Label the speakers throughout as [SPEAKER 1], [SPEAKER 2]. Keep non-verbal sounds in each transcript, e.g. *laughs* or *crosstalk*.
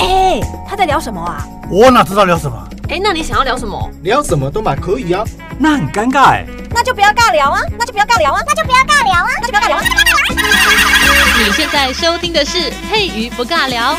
[SPEAKER 1] 哎聊什么啊？
[SPEAKER 2] 我哪知道聊什么？
[SPEAKER 3] 哎，那你想要聊什么？
[SPEAKER 4] 聊什么都蛮可以啊。
[SPEAKER 5] 那很尴尬
[SPEAKER 2] 欸
[SPEAKER 5] 哎。
[SPEAKER 1] 那就不要尬聊啊！那就不要尬聊啊！那就不要尬聊啊！那就不要尬聊啊！
[SPEAKER 6] 你现在收听的是《佩瑜不尬聊》。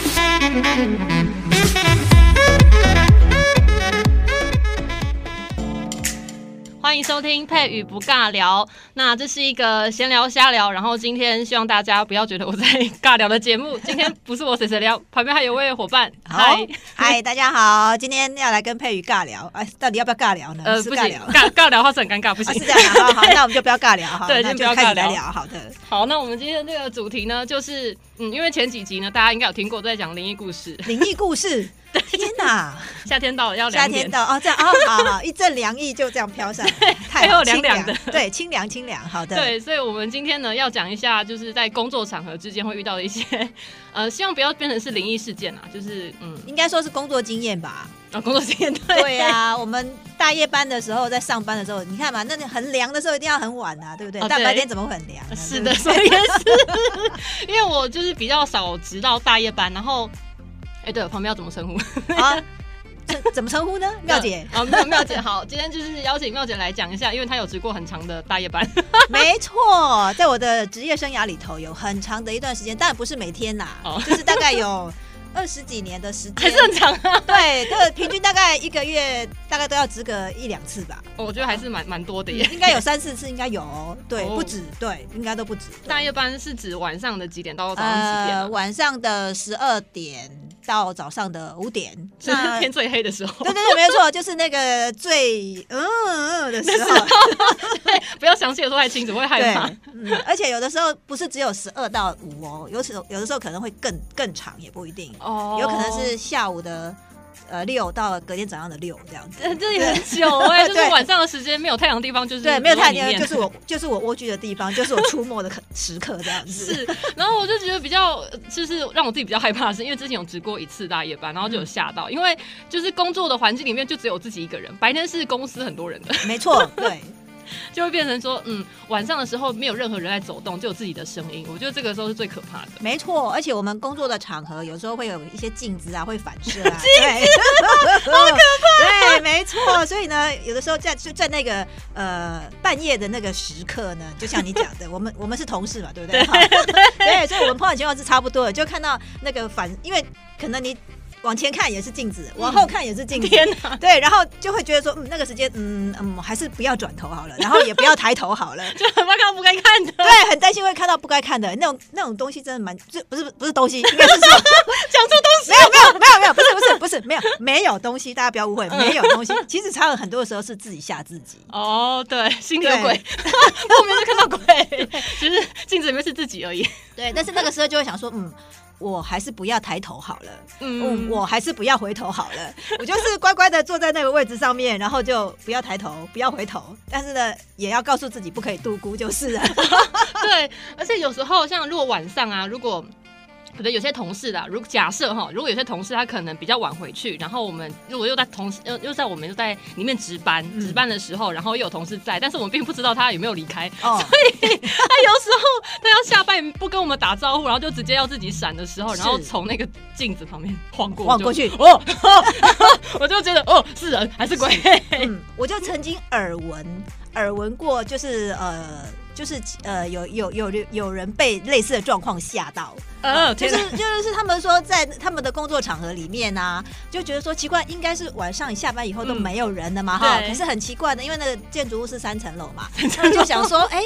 [SPEAKER 6] 欢迎收听佩与不尬聊。那这是一个闲聊瞎聊，然后今天希望大家不要觉得我在尬聊的节
[SPEAKER 7] *laughs*
[SPEAKER 6] 目。今天不是我谁谁聊，旁边还有位伙伴，
[SPEAKER 7] 好
[SPEAKER 6] 嗨，，
[SPEAKER 7] *laughs* 嗨，大家好，今天要来跟佩瑜尬聊，哎，到底要不要尬聊呢？
[SPEAKER 6] 呃，
[SPEAKER 7] 是
[SPEAKER 6] 不
[SPEAKER 7] 尬
[SPEAKER 6] 行
[SPEAKER 7] 聊，，
[SPEAKER 6] 尬尬聊的话是很
[SPEAKER 7] *laughs*
[SPEAKER 6] 尴尬， *laughs* 不
[SPEAKER 7] 啊
[SPEAKER 6] 行
[SPEAKER 7] 是这。样啊，好好，那我们就不要尬
[SPEAKER 6] *laughs*
[SPEAKER 7] 聊哈，
[SPEAKER 6] 对
[SPEAKER 7] 那
[SPEAKER 6] 先不要
[SPEAKER 7] 就开
[SPEAKER 6] 尬
[SPEAKER 7] 始
[SPEAKER 6] 聊
[SPEAKER 7] 来聊，好的，
[SPEAKER 6] 好，那我们今天这个主题呢，就是嗯，因为前几集呢，大家应该有听过，在讲灵异故事。 *laughs*
[SPEAKER 7] 灵异故事，天哪，
[SPEAKER 6] 夏天到了要
[SPEAKER 7] 夏
[SPEAKER 6] 两
[SPEAKER 7] 天
[SPEAKER 6] 点，
[SPEAKER 7] 到哦，这样哦，好好，一阵凉意就这
[SPEAKER 6] *laughs*
[SPEAKER 7] 样飘上来，太
[SPEAKER 6] 还有
[SPEAKER 7] 好
[SPEAKER 6] 凉
[SPEAKER 7] 清
[SPEAKER 6] 凉
[SPEAKER 7] 凉
[SPEAKER 6] 的
[SPEAKER 7] 对，清凉清凉，好的，
[SPEAKER 6] 对，所以我们今天呢要讲一下，就是在工作场合之间会遇到的一些， *laughs* 呃，希望不要变成是灵异事件啊，就是嗯，
[SPEAKER 7] 应该说是工作经验吧。
[SPEAKER 6] 啊，工作经验对
[SPEAKER 7] 对啊，我们大夜班的时候，在上班的时候，你看嘛，那你很凉的时候一定要很晚啊，对不对
[SPEAKER 6] 哦？
[SPEAKER 7] 大白
[SPEAKER 6] 对
[SPEAKER 7] 天怎么会很凉呢？
[SPEAKER 6] 是
[SPEAKER 7] 对不
[SPEAKER 6] 的，所
[SPEAKER 7] 对
[SPEAKER 6] 以也是，因为我就是比较少值到大夜班，然后，哎、对，旁边要怎么称呼？
[SPEAKER 7] 啊，这怎么称呼呢？
[SPEAKER 6] *laughs*
[SPEAKER 7] 妙姐，
[SPEAKER 6] 啊，妙妙姐好，今天就是邀请妙姐来讲一下，因为她有值过很长的大夜
[SPEAKER 7] *laughs*
[SPEAKER 6] 班，
[SPEAKER 7] 没错，在我的职业生涯里头，有很长的一段时间，当然不是每天啦，
[SPEAKER 6] 哦
[SPEAKER 7] 就是大
[SPEAKER 6] *laughs*
[SPEAKER 7] 概有二十几年的时
[SPEAKER 6] 还
[SPEAKER 7] 间
[SPEAKER 6] 是。很长啊，
[SPEAKER 7] 对，这个平均大概一个月大概都要值个一两次
[SPEAKER 6] *laughs*
[SPEAKER 7] 吧，
[SPEAKER 6] *laughs* 我觉得还是蛮蛮多的耶。
[SPEAKER 7] 应该有三四次，应该有哦，对，
[SPEAKER 6] 哦
[SPEAKER 7] 不止，对，应该都不止。对
[SPEAKER 6] 大夜班是指晚上的几点到早上几点、
[SPEAKER 7] 呃，
[SPEAKER 6] 啊？
[SPEAKER 7] 晚上的十二点到早上的五点，
[SPEAKER 6] 是
[SPEAKER 7] 那
[SPEAKER 6] 天
[SPEAKER 7] 对
[SPEAKER 6] 最黑的时候，
[SPEAKER 7] 对对，没有错，就是那个最嗯嗯的时候，
[SPEAKER 6] *laughs* 不要详细的说太清楚，会害
[SPEAKER 7] 对
[SPEAKER 6] 怕。，
[SPEAKER 7] 嗯，而且有的时候不是只有十二到五哦，有时有的时候可能会更更长，也不一定，
[SPEAKER 6] 哦
[SPEAKER 7] 有可能是下午的呃六到隔天早上的六这样子。
[SPEAKER 6] *laughs* 这这也很久哎、就是
[SPEAKER 7] 对
[SPEAKER 6] 晚上的时间没有太阳的地方，就是
[SPEAKER 7] 对，没有太
[SPEAKER 6] 里面
[SPEAKER 7] 阳，就是我就是我蜗居的地方，就是我出没的时刻这样子。
[SPEAKER 6] 是，然后我就觉得比较，呃就是让我自己比较害怕的是，因为之前有值过一次大夜班，然后
[SPEAKER 7] 嗯
[SPEAKER 6] 就有吓到，因为就是工作的环境里面就只有自己一个人，白天 *laughs* 是公司很多人的， *laughs*
[SPEAKER 7] 没错，对，
[SPEAKER 6] 就会变成说，嗯，晚上的时候没有任何人在走动，就有自己的声音，我觉得这个时候是最可怕的。
[SPEAKER 7] 没错。而且我们工作的场合有时候会有一些 *laughs* 镜子啊，会反射啊，对， *laughs* 好可怕。哦对，没错。所以呢，有的时候在就在那个呃半夜的那个时刻呢，就像你讲 *laughs* 的，我们我们是同事嘛，对不 *laughs* 对？对，所以我们碰到的情况是差不多的，就看到那个反，因为可能你。往前看也是镜子，往后看也是镜子，
[SPEAKER 6] 天 *laughs* 哪！
[SPEAKER 7] *laughs* 对，然后就会觉得说，嗯，那个时间，嗯嗯，还是不要转头好了，然后也不要抬头好了，
[SPEAKER 6] 就很怕看到不该看
[SPEAKER 7] *laughs*
[SPEAKER 6] 的，
[SPEAKER 7] 对，啊很担心会看到不该看的那种那种东西，真的蛮就不是不是东西，应该是说 *laughs*
[SPEAKER 6] 讲出东西
[SPEAKER 7] 没有没有没有没有，不是不是不是没有没有东西，大家不要误会，没有 *laughs* 东西。其实常常很多时候是自己吓自己，
[SPEAKER 6] 哦，对，心里有
[SPEAKER 7] 对
[SPEAKER 6] 鬼， *laughs* 后面就看到鬼，
[SPEAKER 7] *laughs*
[SPEAKER 6] 只是镜子里面是自己而已。
[SPEAKER 7] 对，但是那个时候就会想说，嗯。我还是不要抬头好了，
[SPEAKER 6] 嗯
[SPEAKER 7] 嗯，我还是不要回头好 *laughs* 了，我就是乖乖的坐在那个位置上面，然后就不要抬头，不要回头，但是呢，也要告诉自己不可以度孤就是了。
[SPEAKER 6] *laughs* 对，而且有时候像如果晚上啊，如果可能有些同事啦，如假设哈，如果有些同事他可能比较晚回去，然后我们如果又在同事又又在我们又在里面值班，
[SPEAKER 7] 嗯
[SPEAKER 6] 值班的时候，然后又有同事在，但是我们并不知道他有没有离开， *laughs* 他
[SPEAKER 7] 哦，
[SPEAKER 6] 有时候他要下班不跟我们打招呼，然后就直接要自己闪的时候，然后
[SPEAKER 7] 是
[SPEAKER 6] 从那个镜子旁边晃过，
[SPEAKER 7] 晃
[SPEAKER 6] 我就
[SPEAKER 7] 过去
[SPEAKER 6] 哦，我就觉得哦是人还是鬼，
[SPEAKER 7] 嗯，我就曾经耳闻耳闻过，就是呃，就是呃，有有有有人被类似的状况吓到，
[SPEAKER 6] 呃，
[SPEAKER 7] 就
[SPEAKER 6] 天
[SPEAKER 7] 是
[SPEAKER 6] 哪
[SPEAKER 7] 就是他们说在他们的工作场合里面啊，就觉得说奇怪，应该是晚上下班以后都
[SPEAKER 6] 嗯
[SPEAKER 7] 没有人的嘛哈、
[SPEAKER 6] 对
[SPEAKER 7] 可是很奇怪的，因为那个建筑物是三层楼
[SPEAKER 6] *laughs*
[SPEAKER 7] 嘛，他们就想说，哎、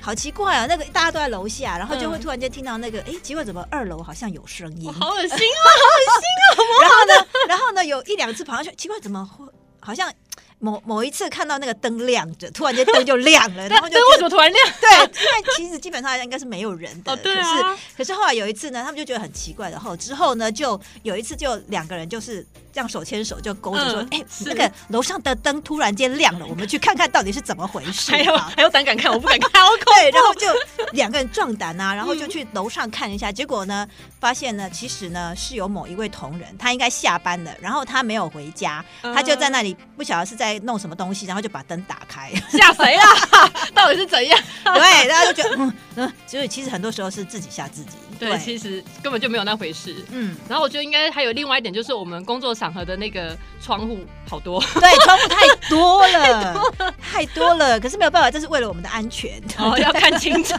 [SPEAKER 7] 好奇怪啊，那个大家都在楼下，然后就会
[SPEAKER 6] 嗯
[SPEAKER 7] 突然间听到那个，哎、奇怪，怎么二楼好像有声音
[SPEAKER 6] 我？好恶心哦，
[SPEAKER 7] 然后呢， *laughs* 然后呢，有一两次跑上去，奇怪，怎么会好像某某一次看到那个灯亮着，突然间灯就亮
[SPEAKER 6] *laughs*
[SPEAKER 7] 了， *laughs* 然后就
[SPEAKER 6] 灯为什么突然亮？
[SPEAKER 7] 对，因为其实基本上应该是没有人的，
[SPEAKER 6] 哦对啊
[SPEAKER 7] 可是可是后来有一次呢，他们就觉得很奇怪，然后之后呢，就有一次就两个人就是这样手牵手就勾着说
[SPEAKER 6] 嗯：“
[SPEAKER 7] 哎、
[SPEAKER 6] 是
[SPEAKER 7] 那个楼上的灯突然间亮了，我们去看看到底是怎么回事。”啊
[SPEAKER 6] 还有还有胆敢看，我不敢看，好恐
[SPEAKER 7] *laughs* 对，然
[SPEAKER 6] 怖。*laughs*
[SPEAKER 7] 后就两个人壮胆啊，然后就
[SPEAKER 6] 嗯
[SPEAKER 7] 去楼上看一下，结果呢，发现呢，其实呢是有某一位同仁，他应该下班了，然后他没有回家，
[SPEAKER 6] 嗯
[SPEAKER 7] 他就在那里不晓得是在弄什么东西，然后就把灯打
[SPEAKER 6] *laughs*
[SPEAKER 7] 开，
[SPEAKER 6] 吓谁啦？ *laughs* 到底是怎样？
[SPEAKER 7] 对，大家就觉得嗯 *laughs* 嗯，所以其实很多时候是自己吓自己，
[SPEAKER 6] 对，其实根本就没有那回事。
[SPEAKER 7] 嗯，
[SPEAKER 6] 然后我觉得应该还有另外一点，就是我们工作场合的那个窗户好多
[SPEAKER 7] 对，窗户太多
[SPEAKER 6] *laughs*
[SPEAKER 7] 了，太多了，可是没有办法，这是为了我们的安全，
[SPEAKER 6] 哦，要看清楚。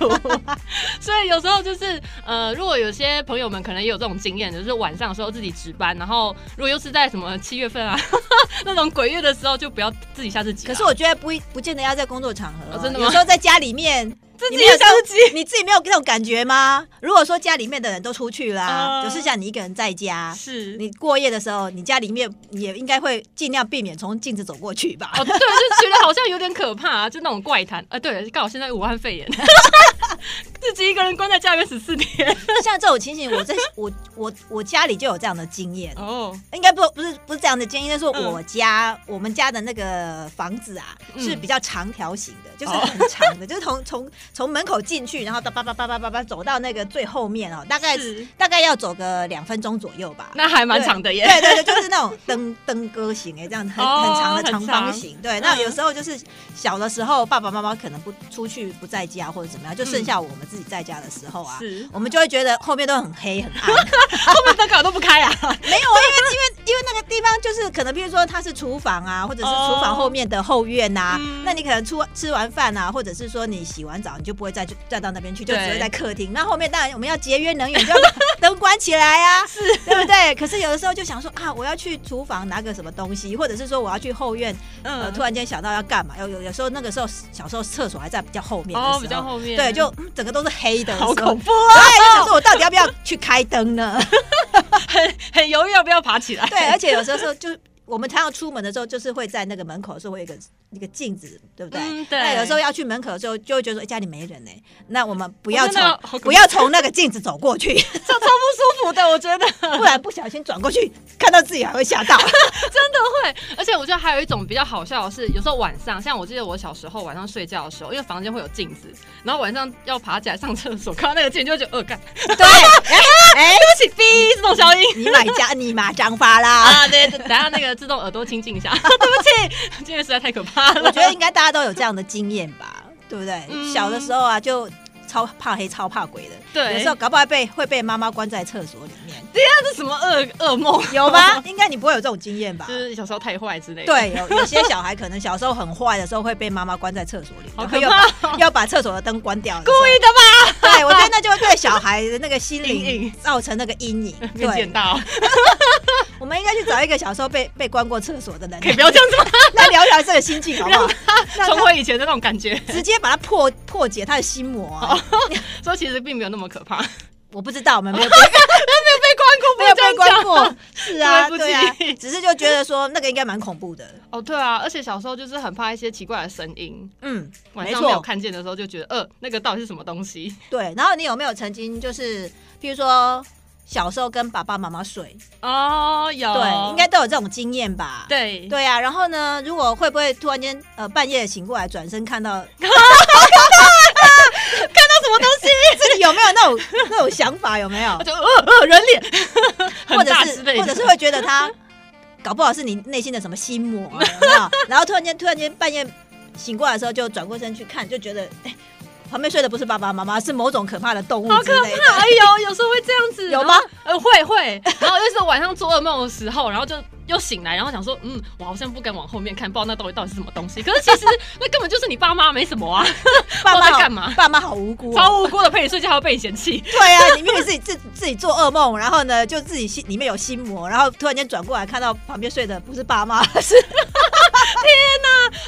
[SPEAKER 6] 所以有时候就是呃，如果有些朋友们可能也有这种经验，就是晚上的时候自己值班，然后如果又是在什么七月份啊 *laughs* 那种鬼月的时候，就不要自己吓自己啦。
[SPEAKER 7] 可是我觉得不一不见得要在工作场合、
[SPEAKER 6] 哦真的吗
[SPEAKER 7] 有时候在家里面。
[SPEAKER 6] 自己
[SPEAKER 7] 你没有
[SPEAKER 6] 吓自己
[SPEAKER 7] *laughs* 你自己没有这种感觉吗？如果说家里面的人都出去啦、
[SPEAKER 6] 嗯
[SPEAKER 7] 就是像你一个人在家，
[SPEAKER 6] 是
[SPEAKER 7] 啊你过夜的时候，你家里面也应该会尽量避免从镜子走过去吧？
[SPEAKER 6] 哦，对，就觉得好像有点可怕、啊，就那种怪谈。呃，对，刚好现在武汉肺炎，自己一个人关在家里面十四天。
[SPEAKER 7] 像这种情形，我在 *laughs* 我我我家里就有这样的经验，
[SPEAKER 6] 哦，
[SPEAKER 7] 应该不不是不是这样的经验，就是
[SPEAKER 6] 嗯
[SPEAKER 7] 我家、我们家的那个房子啊
[SPEAKER 6] 嗯哦
[SPEAKER 7] 是比较长条形的，就是很长的， *laughs* 就是从从从门口进去，然后到叭叭叭叭叭叭走到那个最后面哦，大概
[SPEAKER 6] 是
[SPEAKER 7] 大概要走个两分钟左右吧。
[SPEAKER 6] 那还蛮长的耶。
[SPEAKER 7] 对对对，就是那种登登歌型哎，这样很
[SPEAKER 6] 哦
[SPEAKER 7] 很长的
[SPEAKER 6] 很
[SPEAKER 7] 长
[SPEAKER 6] 长
[SPEAKER 7] 方形。对，那
[SPEAKER 6] 嗯
[SPEAKER 7] 有时候就是小的时候，爸爸妈妈可能不出去不在家或者怎么样，就剩
[SPEAKER 6] 嗯
[SPEAKER 7] 下我们自己在家的时候啊，
[SPEAKER 6] 是，
[SPEAKER 7] 我们就会觉得后面都很黑很暗。
[SPEAKER 6] 后面灯搞都不开啊。
[SPEAKER 7] *laughs* 没有，因为因为因为那个地方就是可能，比如说它是厨房啊，或者是
[SPEAKER 6] 哦
[SPEAKER 7] 厨房后面的后院呐、
[SPEAKER 6] 嗯
[SPEAKER 7] 那你可能出吃完饭啊，或者是说你洗完澡，你就不会再去再到那边去，就只
[SPEAKER 6] 对
[SPEAKER 7] 会在客厅。那后面当然我们要节约能源，就 *laughs* 要把灯关起
[SPEAKER 6] *laughs*
[SPEAKER 7] 来啊，是对不对？可是有的时候就想说啊，我要去厨房拿个什么东西，或者是说我要去后院，呃，
[SPEAKER 6] 嗯
[SPEAKER 7] 突然间想到要干嘛，有有有时候那个时候小时候厕所还在比较后面的时候，
[SPEAKER 6] 哦，比较后面，
[SPEAKER 7] 对，就、嗯整个都是黑的，
[SPEAKER 6] 好恐
[SPEAKER 7] 怖。
[SPEAKER 6] 怖啊，
[SPEAKER 7] *laughs* 对，就想说我到底要不要去开灯呢？
[SPEAKER 6] *laughs* 很犹豫要不要爬起来。
[SPEAKER 7] *laughs* 对，而且有时候说就我们常常出门的时候，就是会在那个门口的时候会有一个一个镜子，对不对？
[SPEAKER 6] 嗯对
[SPEAKER 7] 那
[SPEAKER 6] *laughs*
[SPEAKER 7] 有时候要去门口的时候，就会觉得说、哎家里没人呢、那我们不要
[SPEAKER 6] 我真
[SPEAKER 7] 从
[SPEAKER 6] 的好恐怖
[SPEAKER 7] 不要从那个镜子走
[SPEAKER 6] *laughs*
[SPEAKER 7] 过去，
[SPEAKER 6] 这超不舒服的，我觉得
[SPEAKER 7] 不然不小心转过去看到自己还会吓
[SPEAKER 6] *laughs*
[SPEAKER 7] 到。
[SPEAKER 6] 真的会。 *laughs* 而且我觉得还有一种比较好笑的是，有时候晚上，像我记得我小时候晚上睡觉的时候，因为房间会有镜子，然后晚上要爬起来上厕所，看到那个镜就会觉得恶呃干，
[SPEAKER 7] 对，哎哎，
[SPEAKER 6] *laughs* 对不起，哔，自动消音。
[SPEAKER 7] 你买家你买张发
[SPEAKER 6] *laughs*
[SPEAKER 7] 啦。
[SPEAKER 6] 啊，对，等下那个自动耳朵清静
[SPEAKER 7] *laughs*
[SPEAKER 6] 一下，对不起，今天实在太可怕了。
[SPEAKER 7] 我觉得应该大家都有这样的经验吧，对不对？
[SPEAKER 6] 嗯
[SPEAKER 7] 小的时候啊，就超怕黑、超怕鬼的，
[SPEAKER 6] 对
[SPEAKER 7] 有时候搞不好被会被妈妈关在厕所里面，
[SPEAKER 6] 这是什么 *laughs* 噩噩梦？*laughs*
[SPEAKER 7] 有吧？应该你不会有这种经验吧？
[SPEAKER 6] 就是小时候太坏之类的。，
[SPEAKER 7] 对，有有些小孩可能小时候很坏的时候，会被妈妈关在厕所里，
[SPEAKER 6] 好
[SPEAKER 7] 然
[SPEAKER 6] 可
[SPEAKER 7] 后要
[SPEAKER 6] 怕
[SPEAKER 7] 把要把厕所的灯关掉，
[SPEAKER 6] 故
[SPEAKER 7] 故
[SPEAKER 6] 意的吧？
[SPEAKER 7] 对，我觉得那就会对小孩的那个心
[SPEAKER 6] 阴
[SPEAKER 7] 灵
[SPEAKER 6] 影
[SPEAKER 7] 造成那个阴影。
[SPEAKER 6] 没
[SPEAKER 7] 对
[SPEAKER 6] 捡，到，
[SPEAKER 7] 我们应该去找一个小时候被被关过厕所的人
[SPEAKER 6] 可，以不要这样子吗？
[SPEAKER 7] 来聊聊这个心境，好不好？让
[SPEAKER 6] 重
[SPEAKER 7] 他
[SPEAKER 6] 回以前的 *laughs* 那种感觉，
[SPEAKER 7] 直接把它破破解他的心魔啊！
[SPEAKER 6] 哦所以其实并没有那么可怕。
[SPEAKER 7] 我不知道，我们没
[SPEAKER 6] *laughs*
[SPEAKER 7] 有
[SPEAKER 6] 被关过，
[SPEAKER 7] 没有被关过。，是啊，
[SPEAKER 6] 哦对不起
[SPEAKER 7] 对啊，只是就觉得说那个应该蛮恐怖的。
[SPEAKER 6] 哦，对啊，而且小时候就是很怕一些奇怪的声音，
[SPEAKER 7] 嗯，
[SPEAKER 6] 晚
[SPEAKER 7] 没
[SPEAKER 6] 上没有
[SPEAKER 7] 错，
[SPEAKER 6] 看见的时候就觉得，呃，那个到底是什么东西？
[SPEAKER 7] 对。然后你有没有曾经就是，譬如说小时候跟爸爸妈妈睡，
[SPEAKER 6] 哦，有，
[SPEAKER 7] 对，应该都有这种经验吧？
[SPEAKER 6] 对
[SPEAKER 7] 对啊，然后呢，如果会不会突然间呃半夜醒过来，转身
[SPEAKER 6] *laughs*
[SPEAKER 7] 看到看到什么东西？这里有没有那种那种想法？有没有
[SPEAKER 6] 我？就呃呃人脸，
[SPEAKER 7] 或
[SPEAKER 6] 很
[SPEAKER 7] 者
[SPEAKER 6] 大
[SPEAKER 7] 是
[SPEAKER 6] 之类的
[SPEAKER 7] 或者是会觉得他搞不好是你内心的什么心魔，啊有没有？然后突然间突然间半夜醒过来的时候，就转过身去看，就觉得哎。旁边睡的不是爸爸妈妈，是某种可怕的动物
[SPEAKER 6] 好
[SPEAKER 7] 之
[SPEAKER 6] 可
[SPEAKER 7] 类的。
[SPEAKER 6] 怕！哎呦，有时候会这样子，
[SPEAKER 7] *laughs* 有吗
[SPEAKER 6] 然后？呃，会会。然后就是晚上做噩梦的时候，然后就又醒来，然后想说，嗯，我好像不敢往后面看，不知道那到底到底是什么东西。可是其实 *laughs* 那根本就是你爸妈没什么啊，
[SPEAKER 7] 爸妈
[SPEAKER 6] *laughs* 不知道
[SPEAKER 7] 好
[SPEAKER 6] 在干嘛
[SPEAKER 7] 爸妈好无辜、哦。
[SPEAKER 6] 超无辜的陪你睡觉还要被你嫌弃，
[SPEAKER 7] 对啊，你明明自己自 *laughs* 自己做噩梦，然后
[SPEAKER 6] *laughs*
[SPEAKER 7] 呢， *laughs* 就自己心里面有心魔，然后突然间转过来看到旁边睡的不是爸妈，是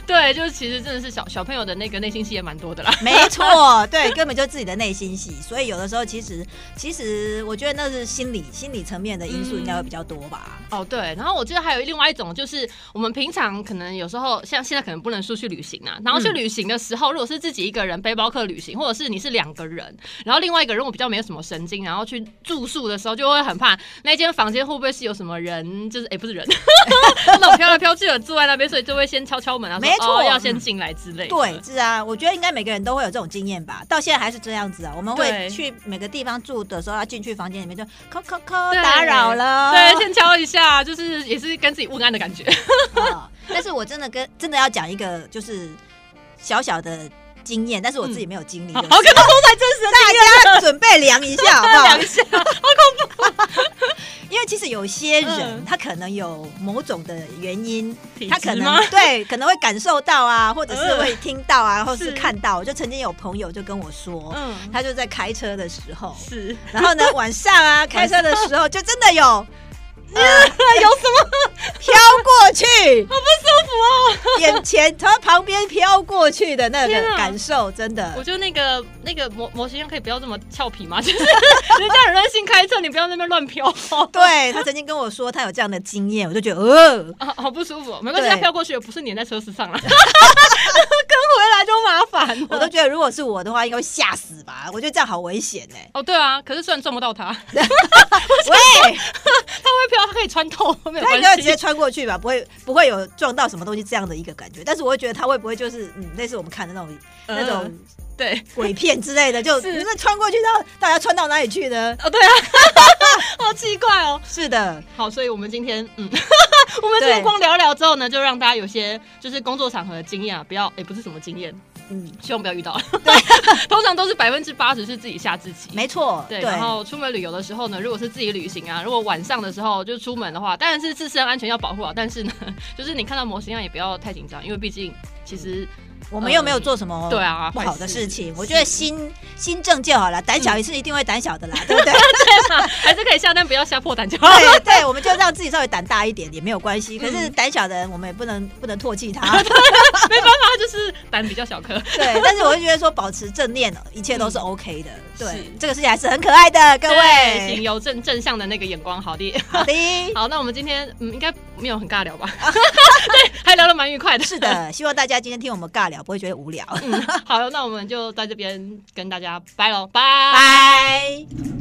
[SPEAKER 6] 对，就是其实真的是小小朋友的那个内心戏也蛮多的啦。 *laughs*
[SPEAKER 7] 没错，对，根本就是自己的内心戏，所以有的时候其实其实我觉得那是心理心理层面的因素应该会比较多吧。
[SPEAKER 6] 哦，对，然后我记得还有另外一种，就是我们平常可能有时候像现在可能不能出去旅行啊，然后去
[SPEAKER 7] 嗯
[SPEAKER 6] 旅行的时候，如果是自己一个人背包客旅行，或者是你是两个人，然后另外一个人我比较没有什么神经，然后去住宿的时候就会很怕那间房间会不会是有什么人，就是哎不是人， *laughs* 那种飘来飘去的坐在那边，所以就会先敲敲门啊，说
[SPEAKER 7] 没错
[SPEAKER 6] 哦要先
[SPEAKER 7] 嗯
[SPEAKER 6] 进来之类的。
[SPEAKER 7] 对，是啊，我觉得应该每个人都会有这种经验吧。到现在还是这样子啊，我们
[SPEAKER 6] 对
[SPEAKER 7] 会去每个地方住的时候，要进去房间里面就扣扣扣
[SPEAKER 6] 对
[SPEAKER 7] 打扰了，
[SPEAKER 6] 对，先敲一下，就是也是跟自己问安的感觉。
[SPEAKER 7] *laughs* 啊但是我真的跟真的要讲一个就是小小的经验，但是我自己没有经历，
[SPEAKER 6] 好，
[SPEAKER 7] 就
[SPEAKER 6] 可
[SPEAKER 7] 是
[SPEAKER 6] 能都在真实的
[SPEAKER 7] 大家准备量一下好
[SPEAKER 6] *laughs*
[SPEAKER 7] 不好
[SPEAKER 6] 量一？下，
[SPEAKER 7] 因为其实有些人
[SPEAKER 6] 嗯
[SPEAKER 7] 他可能有某种的原因，
[SPEAKER 6] 体
[SPEAKER 7] 他可
[SPEAKER 6] 质
[SPEAKER 7] 能
[SPEAKER 6] 吗
[SPEAKER 7] 对可能会感受到啊，或者是
[SPEAKER 6] 嗯
[SPEAKER 7] 会听到啊，或是
[SPEAKER 6] 是
[SPEAKER 7] 看到。就曾经有朋友就跟我说，
[SPEAKER 6] 嗯，
[SPEAKER 7] 他就在开车的时候，
[SPEAKER 6] 是。
[SPEAKER 7] 然后呢晚
[SPEAKER 6] *laughs*
[SPEAKER 7] 上啊开车的时候就真的有。呃
[SPEAKER 6] 有什么
[SPEAKER 7] 飘
[SPEAKER 6] *laughs*
[SPEAKER 7] 过去，
[SPEAKER 6] 不舒服哦？
[SPEAKER 7] 眼前从旁边飘过去的那
[SPEAKER 6] 天
[SPEAKER 7] 个
[SPEAKER 6] 啊
[SPEAKER 7] 感受，真的
[SPEAKER 6] 我觉得那个那个模模型可以不要这么俏皮吗？ *laughs* 就是人家很任性开车，你不要在那边乱飘、
[SPEAKER 7] 对他曾经跟我说他有这样的经验，我就觉得
[SPEAKER 6] *laughs*
[SPEAKER 7] 呃，
[SPEAKER 6] 啊，好不舒服哦、没关系，它
[SPEAKER 7] 对
[SPEAKER 6] 飘过去也不是粘在车子 *laughs* 上了，跟回来就麻烦了。
[SPEAKER 7] 我都觉得如果是我的话，应该会吓死吧？我觉得这样好危险
[SPEAKER 6] *laughs*
[SPEAKER 7] 哎、
[SPEAKER 6] 哦，对啊，可是虽然撞不到它，它会
[SPEAKER 7] 喂，
[SPEAKER 6] 飘，它可以穿透，没有
[SPEAKER 7] 他
[SPEAKER 6] 关
[SPEAKER 7] 应该直接
[SPEAKER 6] 系。
[SPEAKER 7] 穿过去吧，不会不会有撞到什么东西这样的一个感觉。但是我会觉得他会不会就是嗯，类似我们看的那种、
[SPEAKER 6] 嗯
[SPEAKER 7] 那种
[SPEAKER 6] 对，
[SPEAKER 7] 鬼片之类的，
[SPEAKER 6] *laughs*
[SPEAKER 7] 就是那穿过去到大家穿到哪里去呢？
[SPEAKER 6] 哦，对啊， *laughs* 好奇怪哦。
[SPEAKER 7] 是的，
[SPEAKER 6] 好，所以我们今天，嗯， *laughs* 我们今天
[SPEAKER 7] 对
[SPEAKER 6] 光聊聊之后呢，就让大家有些就是工作场合的经验啊，不要，也不是什么经验，
[SPEAKER 7] 嗯，
[SPEAKER 6] 希望不要遇到。 *laughs* 通常都是百分之八十是自己吓自己。
[SPEAKER 7] 没错，
[SPEAKER 6] 对，然后出门旅游的时候呢，如果是自己旅行啊，如果晚上的时候就出门的话，当然是自身安全要保护好，但是呢， *laughs* 就是你看到模型样也不要太紧张，因为毕竟其实
[SPEAKER 7] 我们又没有做什么
[SPEAKER 6] 对啊
[SPEAKER 7] 嗯哦不好的事情，
[SPEAKER 6] 坏事
[SPEAKER 7] 我觉
[SPEAKER 6] *laughs*
[SPEAKER 7] 得心心正就好了，胆小一次一定会胆小的
[SPEAKER 6] 嗯
[SPEAKER 7] 啦，对
[SPEAKER 6] *laughs*
[SPEAKER 7] 不对？
[SPEAKER 6] 还是可以下，但不要吓破胆就好。
[SPEAKER 7] 对对，我们就让自己稍微胆大一点也没有关
[SPEAKER 6] 嗯
[SPEAKER 7] 系。可是胆小的人，我们也不能不能唾弃
[SPEAKER 6] *laughs*
[SPEAKER 7] 他。
[SPEAKER 6] 没办法， *laughs* 就是胆比较小
[SPEAKER 7] *laughs*
[SPEAKER 6] 颗。
[SPEAKER 7] 对，但是我就觉得说保持正念，哦一切都是 OK 的。
[SPEAKER 6] 嗯是
[SPEAKER 7] 对，这个事情还是很可爱的，各
[SPEAKER 6] 对请
[SPEAKER 7] 位。
[SPEAKER 6] 有正正向的那个眼光，好
[SPEAKER 7] *laughs*
[SPEAKER 6] 的。*laughs*
[SPEAKER 7] 好的，
[SPEAKER 6] 好，那我们今天嗯，应该没有很尬
[SPEAKER 7] *laughs*
[SPEAKER 6] 聊吧？对，还聊得蛮愉快的。
[SPEAKER 7] 是，的，希望大家今天听我们尬聊不会觉得无聊。
[SPEAKER 6] 嗯，好，那我们就在这边跟大家拜喽，拜。
[SPEAKER 7] 拜。